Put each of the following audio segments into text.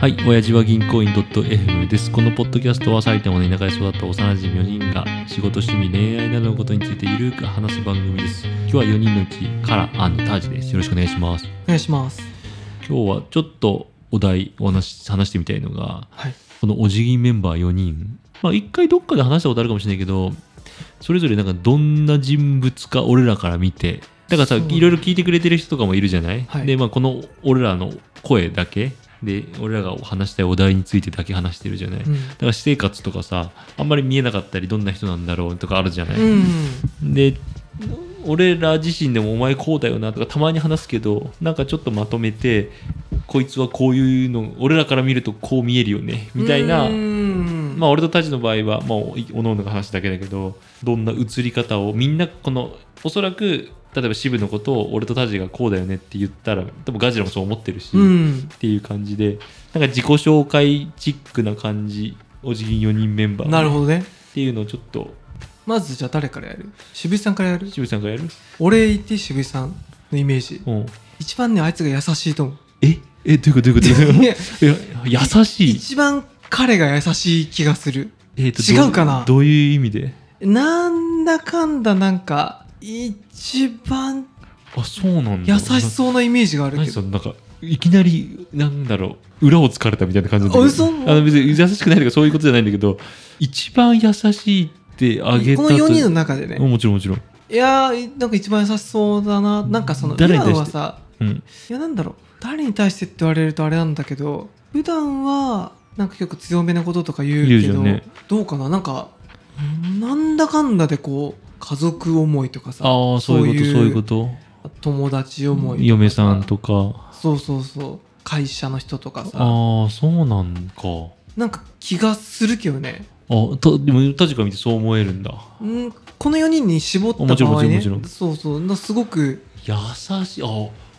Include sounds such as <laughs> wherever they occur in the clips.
はい、親父は銀行員 .fm です。このポッドキャストは埼玉の田舎で育った幼馴染4人が仕事、趣味、恋愛などのことについてゆるく話す番組です。今日は4人のうちからタージです。よろしくお願いします。お願いします。今日はちょっとお題お話し話してみたいのが、はいこのお辞儀メンバー4人。まあ一回どっかで話したことあるかもしれないけど、それぞれなんかどんな人物か俺らから見て、だからさ、そういろいろ聞いてくれてる人とかもいるじゃない、はいで、まあこの俺らの声だけ、で、俺らが話したいお題についてだけ話してるじゃない、うんだから私生活とかさ、あんまり見えなかったり、どんな人なんだろうとかあるじゃない、うん。で俺ら自身でもお前こうだよなとかたまに話すけどなんかちょっとまとめてこいつはこういうの俺らから見るとこう見えるよねみたいなうんまあ俺とタジの場合はまあおおのおのの話だけだけどどんな映り方をみんなこのおそらく例えば渋のことを俺とタジがこうだよねって言ったら多分ガジラもそう思ってるし、うっん。ていう感じでなんか自己紹介チックな感じお辞儀4人メンバーなるどほどね。っていうのをちょっとまずじゃあ誰からやる渋井さんからやる渋さんがやる、俺言っていい渋井さんのイメージ。うん一番ね、あいつが優しいと思う。ええどういうことどういうこといやいや優しい <laughs> 一番彼が優しい気がする。えーと違うかなどどういう意味でなんだかんだなんか、一番あそうなんだ優しそうなイメージがあうる何けそど。のなんかいきなりなんだろう裏をつかれたみたいな感じなんだけどあ嘘あの別に優しくないとかそういうことじゃないんだけど一番優しいってあげたことの4人の中でうんね。もちろんもちろんいやー、なんか一番優しそうだな。なんかその、誰に対今してはさ、うんいやなんだろう誰に対してって言われるとあれなんだけど普段はなんか結構強めなこととか言う言うけじゃどんねどうかななんかなんだかんだでこう家族思いとかさああそういうことそういうこと友達思いとか嫁さんとかそうそうそう会社の人とかさああそうなんかなんか気がするけどねあとでも確か見てそう思えるんだんこの4人に絞ったもちろん場合ねもちろんもちろんそうそうなすごく優しいあ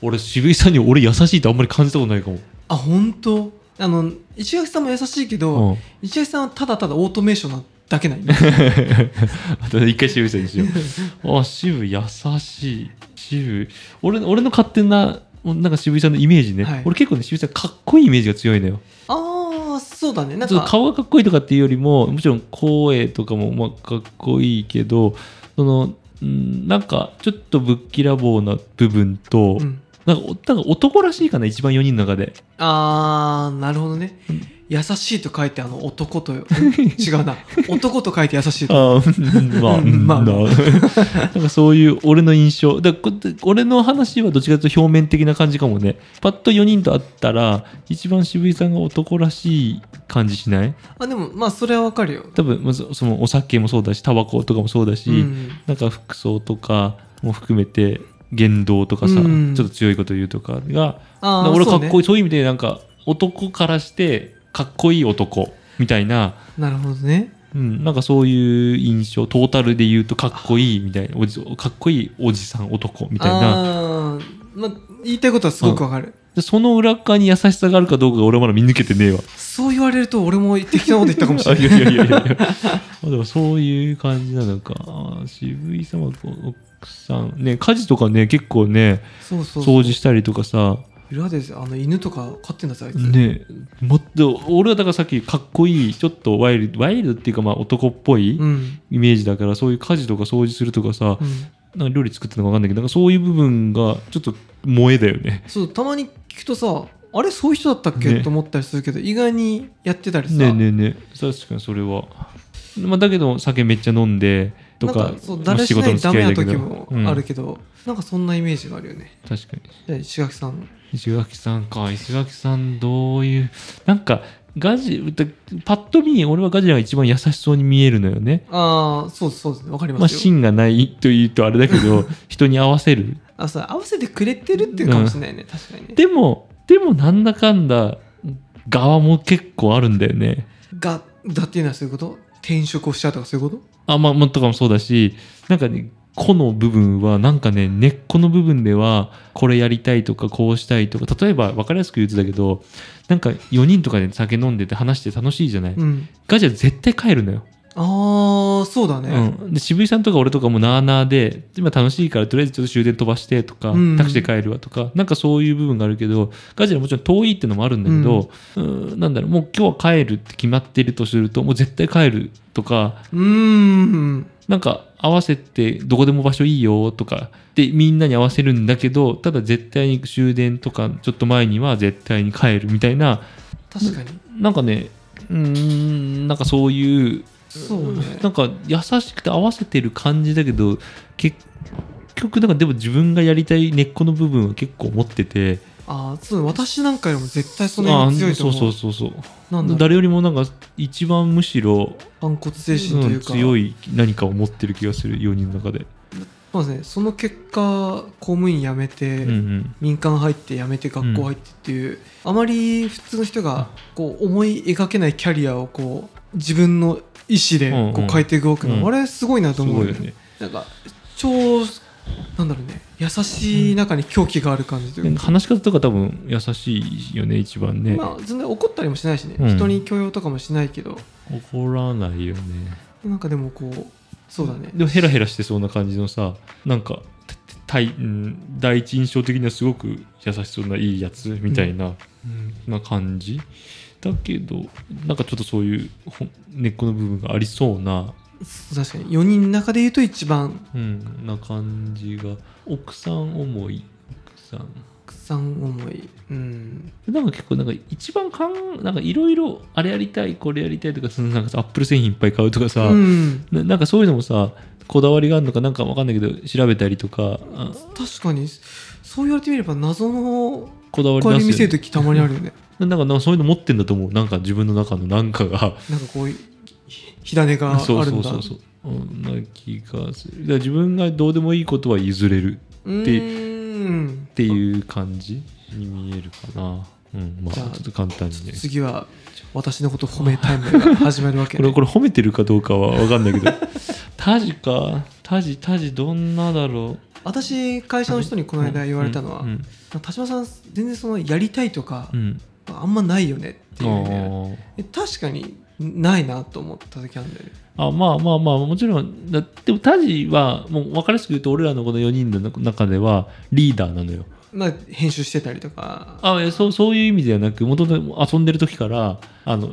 俺渋井さんに俺優しいってあんまり感じたことないかもあ本当あの石垣さんも優しいけど、うん <laughs> 石垣さんはただただオートメーションなだけないあと一回渋いさんにしよ <laughs> う。あ、渋い、優しい。渋い。俺の俺の勝手な、なんか渋井さんのイメージね。はい俺結構ね、渋井さんかっこいいイメージが強いのよ。ああそうだねなんちょっかと顔がかっこいいとかっていうよりも、もちろん声とかもまあかっこいいけど、その、うんなんかちょっとぶっきらぼうな部分と、うんなんかおなんか男らしいかな、一番4人の中で。あーなるほどね、うん優しいと書いてあの男と <laughs> 違うな男と書いて優しいと <laughs> あーまあ、うんままああ、なんかそういう俺の印象だこ俺の話はどっちかというと表面的な感じかもねパッと4人と会ったら一番渋井さんが男らしい感じしないあでもまあそれはわかるよ、多分まあそそのお酒もそうだしタバコとかもそうだし、うん、なんか服装とかも含めて言動とかさ、うんちょっと強いこと言うとかがあなー俺かっこいそういそういう意味でなんか男からしてかっこいい男みたいなねなるほどねうん、なんかそういう印象トータルで言うとかっこいいみたいなおじかっこいいおじさん男みたいなあー、まあ、言いたいことはすごくわかる、でその裏側に優しさがあるかどうかが俺はまだ見抜けてねえわそう言われると俺も適当なこと言ったかもしれ <laughs> ないいやいやいやいやあでもそういう感じなのかあー渋井様奥さんね家事とかね結構ねそうそうそう掃除したりとかさ裏であの犬とか飼ってんだぜあいつ、ねもっと俺はだからさっきかっこいいちょっとワイルドワイルドっていうかまあ男っぽいうん、イメージだから、そういう家事とか掃除するとかさ、うん、なんか料理作ってるのか分かんないけどなんかそういう部分がちょっと萌えだよね。そうたまに聞くとさあれそういう人だったっけ、ねと思ったりするけど意外にやってたりさ、ねえねえねえ確かにそれは。まあ、だけど酒めっちゃ飲んでとかなんかそうまあ誰しないダメな仕事の付き合いだけ時どもうんあるけど、なんかそんなイメージがあるよね確かにで石垣さん石垣さんか石垣さんどういうなんかガジだパッと見俺はガジラが一番優しそうに見えるのよね。ああそうですそうですねわかりまあ、ますよ、芯がないというとあれだけ <laughs> ど人に合わせるあ、そう合わせてくれてるっていうかもしれないね、確かにねでもでもなんだかんだ側も結構あるんだよねがだっていうのはそういうこと転職をしちゃうとかそういうことあまあまあとかもそうだしなんかね個の部分はなんかね根っこの部分ではこれやりたいとかこうしたいとか例えば分かりやすく言うとだけどなんか4人とかで酒飲んでて話して楽しいじゃない、うんガジは絶対帰るのよあああそうだね、うん、で渋井さんとか俺とかもなあなあで今楽しいからとりあえずちょっと終電飛ばしてとか、うんタクシーで帰るわとかなんかそういう部分があるけどガジラもちろん遠いってのもあるんだけど、うん、なんだろうもう今日は帰るって決まってるとするともう絶対帰るとかうーんなんか合わせてどこでも場所いいよとかでみんなに合わせるんだけどただ絶対に終電とかちょっと前には絶対に帰るみたいな確かになんかねうーんなんかそういうそうねなんか優しくて合わせてる感じだけど結局なんかでも自分がやりたい根っこの部分は結構持っててああそう私なんかよりも絶対そのあ辺強ーいとそう思うそうそうそうなんだろう誰よりもなんか一番むしろ、反骨精神というか、うん強い何かを持ってる気がする4人の中で、まあね、その結果公務員辞めて、うんうん民間入って辞めて学校入ってっていう、あまり普通の人がこう思い描けないキャリアをこう自分の意思でうんこうんう変えていくわけの、うんあれすごいなすと思うごいよよねねなんか超なんだろうね優しい中に狂気がある感じとないんうかか、話し方とか多分優しいよね一番ね、まあ全然怒ったりもしないしね、うん人に強要とかもしないけど怒らないよねなんかでもこうそうだね、でもヘラヘラしてそうな感じのさなんかたたいうん第一印象的にはすごく優しそうないいやつみたいな,、な感じだけどなんかちょっとそういうほん根っこの部分がありそうな、確かに4人の中で言うと一番うん、な感じが奥さん思い奥さんたくさん思いうんなんか結構なんか一番かんなんかいろいろあれやりたいこれやりたいとかそのなんかさアップル製品いっぱい買うとかさ、うんななんかそういうのもさこだわりがあるのかなんかわかんないけど調べたりとかあ確かにそう言われてみれば謎のこだわりこ出れすよね見せる時たまにあるよねなんかなんかそういうの持ってんだと思うなんか自分の中のなんかがなんかこうひ火種があるん <laughs> だそうそうそうそううんな気がするだから自分がどうでもいいことは譲れるうーんっていう感じに見えるかなうんまあじちゃょあっと簡単にね次は私のこと褒めタイムが始まるわけ、こね、れこれ褒めてるかどうかは分かんないけど <laughs> タジかタジタジどんなだろ <laughs> 私会社の人にこうの間言われたのは、うん田島さん全然そのやりたいとかう、んあんまないよねっていうねうんえ確かにないなと思った時あるんだよねあまあまあまあもちろんだでもタジはもう分かりやすく言うと俺らのこの4人の中ではリーダーなのよまあ編集してたりとかあいやそうそういう意味ではなく元々遊んでる時からあの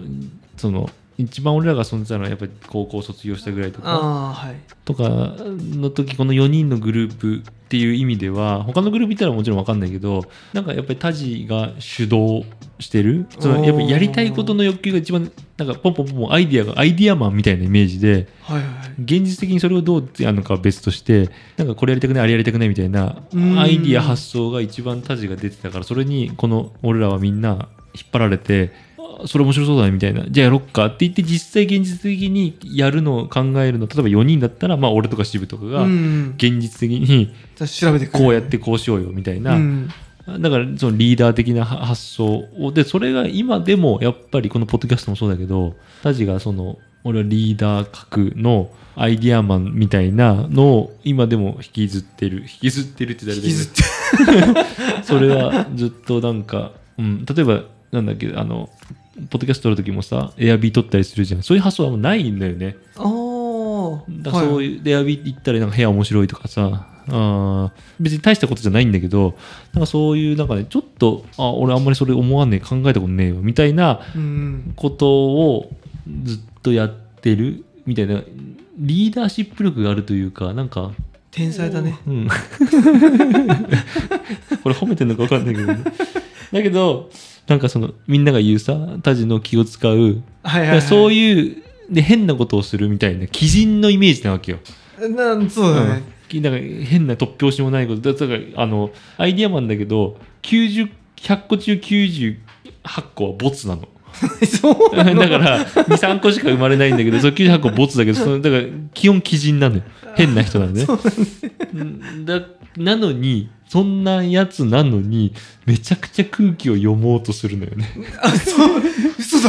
その一番俺らが遊んでたのはやっぱり高校卒業したぐらいとかあーはいとかの時この4人のグループっていう意味では他のグループいたらもちろん分かんないけどなんかやっぱりタジが主導してるそのやっぱりやりたいことの欲求が一番なんかポンポンポンポンアイディアがアイディアマンみたいなイメージではいはいはい現実的にそれをどうやるのかは別としてなんかこれやりたくないあれやりたくないみたいなうんアイディア発想が一番タジが出てたからそれにこの俺らはみんな引っ張られてあそれ面白そうだねみたいなじゃあやろっかって言って実際現実的にやるのを考えるの例えば4人だったらまあ俺とか渋とかがうん現実的にじゃあ調べてくれこうやってこうしようよみたいな、うんだからそのリーダー的なは発想をでそれが今でもやっぱりこのポッドキャストもそうだけどタジがその俺はリーダー格のアイディアマンみたいなのを今でも引きずってる引きずってるって誰引だきずってそれはずっとなんか、うん、例えばなんだっけあのポッドキャスト撮る時もさエアビー撮ったりするじゃんそういう発想はもうないんだよねああだからそういう、でエアビー行ったりなんか部屋面白いとかさあー別に大したことじゃないんだけどなんかそういうなんかねちょっとあ俺あんまりそれ思わねえ考えたことねえよみたいなうんことをずっとやってるみたいなリーダーシップ力があるというかなんか天才だねうん <laughs> これ褒めてんのか分かんないけど、ね、だけどなんかそのみんなが言うさタジの気を使うはいだはい、かはらい、そういうで変なことをするみたいな鬼人のイメージなわけよなんそうだね、うんなんか変な突拍子もないことだだからあのアイディアマンだけど90 100個中98個はボツなの <laughs> <laughs> そうだなかのら23個しか生まれないんだけどその98個ボツだけどそのだから基本基人なのよ変な人なのねうんだなのにそんなやつなのにめちゃくちゃ空気を読もうとするのよねあそう嘘だ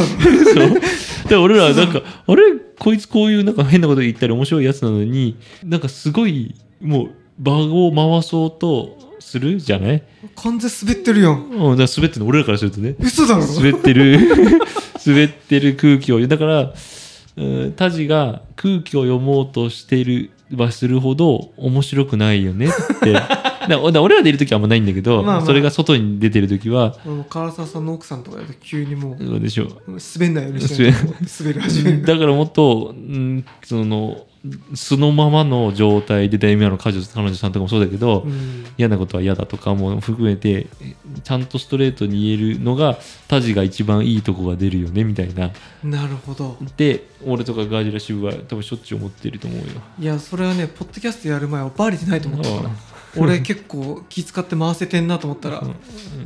そろう <laughs> だから俺らはなんか、あれこいつこういうなんか変なこと言ったり面白いやつなのに、なんかすごい、もう場を回そうとするじゃない完全滑ってるやんうん、だから滑ってるの、俺らからするとね。 <laughs> 嘘だろ滑ってる、滑ってる空気を、だから、うんタジが空気を読もうとしているはするほど面白くないよねって <laughs> だだ俺らでいる時はあんまないんだけど、まあまあそれが外に出てる時はあの唐沢さんの奥さんとかだと急にもうどうでしょう滑んないようにしてないと滑り始める <laughs> だからもっと、うん、そのそのままの状態で今の彼女彼女さんとかもそうだけど、うん嫌なことは嫌だとかも含めてちゃんとストレートに言えるのがタジが一番いいとこが出るよねみたいななるほどで俺とかガージュラシブは多分しょっちゅう思ってると思うよいやそれはねポッドキャストやる前はバリでないと思ってたから俺結構気使って回せてんなと思ったらうんうん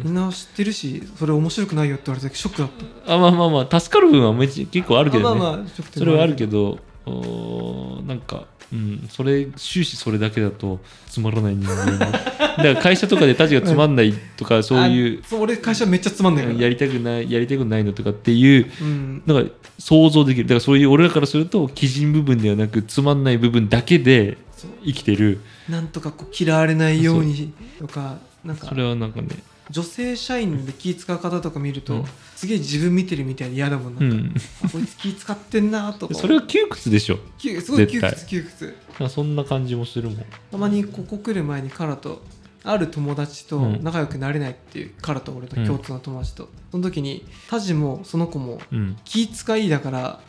みんな知ってるしそれ面白くないよって言われた時ショックだったあまあまあまあ助かる部分はめち結構あるけどね、まあまあショックそれはあるけどおーなんか、うん、それ終始それだけだとつまらない人間に <laughs> だから会社とかでタジがつまんないとかそういうあそう俺会社めっちゃつまんないからやりたくないやりたくないのとかっていううんなんか想像できるだからそういう俺らからすると基人部分ではなくつまんない部分だけでそう生きてるなんとかこう嫌われないようにとかなんかそれはなんかね女性社員で気使う方とか見ると、うんすげえ自分見てるみたいに嫌だもんな、うんんか、こいつ気使ってんなとかそれは窮屈でしょきすごい窮絶対屈窮屈なんかそんな感じもするもんたまにここ来る前にカラとある友達と仲良くなれないっていう、カラと俺と共通の友達と、その時にタジもその子もうん気使いだから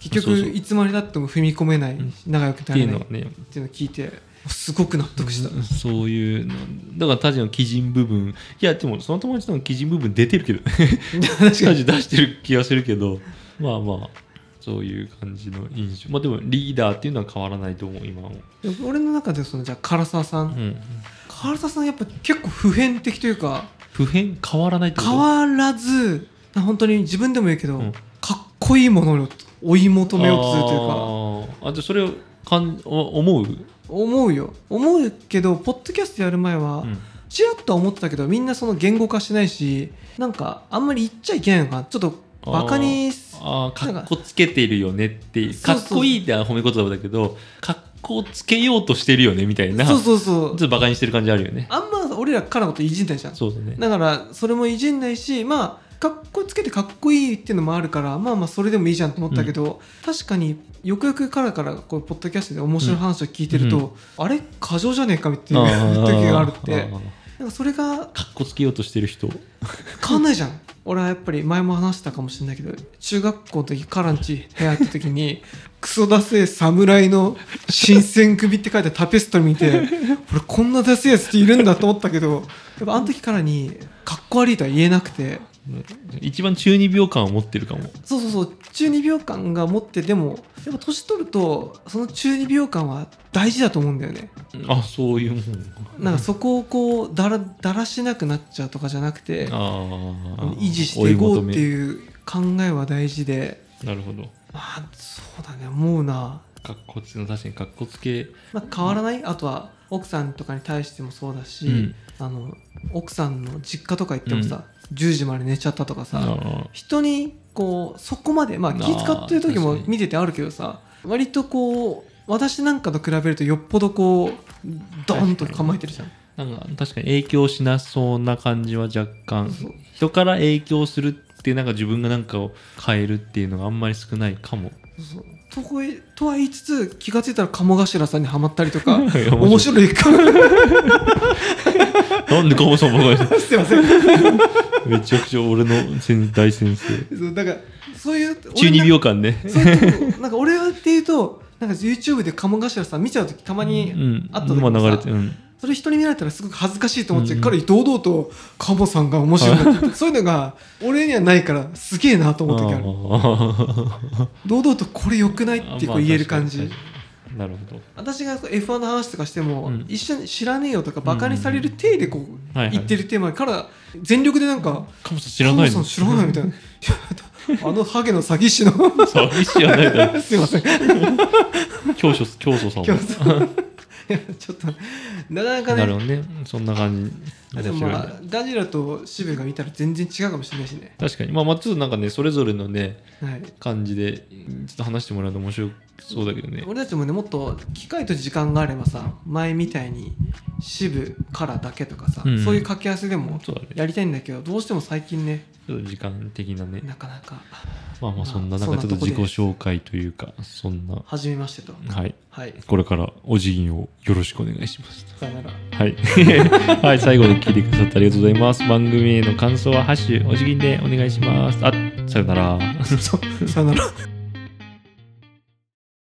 結そうそ局ういつまでたっても踏み込めない、うん仲良っくなていれうないのっはねていうのを聞いてすごく納得した、うんそういうのだからタジの基人部分いやでもその友達の基人部分出てるけど確かタにジ出してる気がするけどまあまあそういう感じの印象まあでもリーダーっていうのは変わらないと思う今も、俺の中でそのじゃあ唐沢さん、うん、唐沢さんやっぱ結構普遍的というか不変変わらないってこと変わらず本当に自分でも言うけど、うんかっこいいものを追い求めようとするというかあーあじゃあそれをかんお思う、思うよ思うけどポッドキャストやる前は、うんちらっとは思ってたけどみんなその言語化してないしなんかあんまり言っちゃいけないのかなちょっとバカにあーなんかかっこつけてるよねってそかうそうっこいいって褒め言葉だけどかっこつけようとしてるよねみたいなそうちそうそょうっとバカにしてる感じあるよねあんま俺らからのこといじんないじゃんそうだねだからそれもいじんないしまあかっこつけてかっこいいっていうのもあるからまあまあそれでもいいじゃんと思ったけど、確かによくよくからからこうポッドキャストで面白い話を聞いてると、うんあれ過剰じゃねえかみたいあなー時があるってーなんかそれがかっこつけようとしてる人変わんないじゃん俺はやっぱり前も話したかもしれないけど中学校の時カランチ部屋行った時に <laughs> クソダセえ侍の新選組って書いてタペストリー見て <laughs> 俺こんなダセえやつっているんだと思ったけどやっぱあの時からにかっこ悪いとは言えなくて。一番中二病感を持ってるかもそうそうそう中二病感が持ってでもやっぱ年取るとその中二病感は大事だと思うんだよねあそういうもんなんかそこをこうだらだらしなくなっちゃうとかじゃなくてあー維持していこうっ追いて求いう考えは大事でめなるほどまあそうだね思うな、かっこつけ確かにかっこつけまあ、変わらない、あとは奥さんとかに対してもそうだし、うんあの奥さんの実家とか行ってもさ、10時まで寝ちゃったとかさ、あ人にこうそこまでまあ気使ってる時あーも確かに見ててあるけどさ割とこう私なんかと比べるとよっぽどこうドーンと構えてるじゃんーなんか確かに影響しなそうな感じは若干そう人から影響するってなんか自分が何かを変えるっていうのがあんまり少ないかもそうとこいとは言いつつ気が付いたら鴨頭さんにはまったりとかいや <laughs> 面面白白いかもなんでかもそもがすい <laughs> ません <laughs> めちゃくちゃ俺の先大先生そうだからそういう中二俺の病感ねそういうとこなんか俺はっていうとなんか YouTube で鴨頭さん見ちゃう時たまうにんあった時まもさあ流れてうんそれ人に見られたらすごく恥ずかしいと思っちゃううんから堂々と「カモさんが面白いな」っ <laughs> て言ってそういうのが俺にはないからすげえなと思う時あるあ堂々と「これ良くない?」ーってこう言える感じ、まあ確かになるほど私が F1 の話とかしても、うん一緒に知らねえよとかバカにされる体でこう、はいはい言ってるテーマから全力でなんかかもさん「知らないカのモさん知らない」みたいないや「あのハゲの詐欺師 <laughs> のそう意思はないだろ <laughs> すい <laughs> ません教祖教祖さん教も祖いやちょっとなかなかなねるほどねそんな感じで面も白いまねあガジラと渋谷が見たら全然違うかもしれないしね、確かにまあまあちょっとなんかねそれぞれのねはい、感じでちょっと話してもらうと面白そうだけどね俺たちもねもっと機会と時間があればさ前みたいに支部からだけとかさ、うんそういう掛け合わせでもそうだねやりたいんだけどどうしても最近ねちょっと時間的なねなかなかまあままああそんなそ中んなちょっとと自こで己紹介というかそんなはじめましてと。はいはい。これからお辞儀をよろしくお願いしますさよなら。はい、 <laughs> はい、最後に聞いてくださってありがとうございます番 <laughs> 組への感想は「ハッシュお辞儀でお願いしますあさよならささよなら。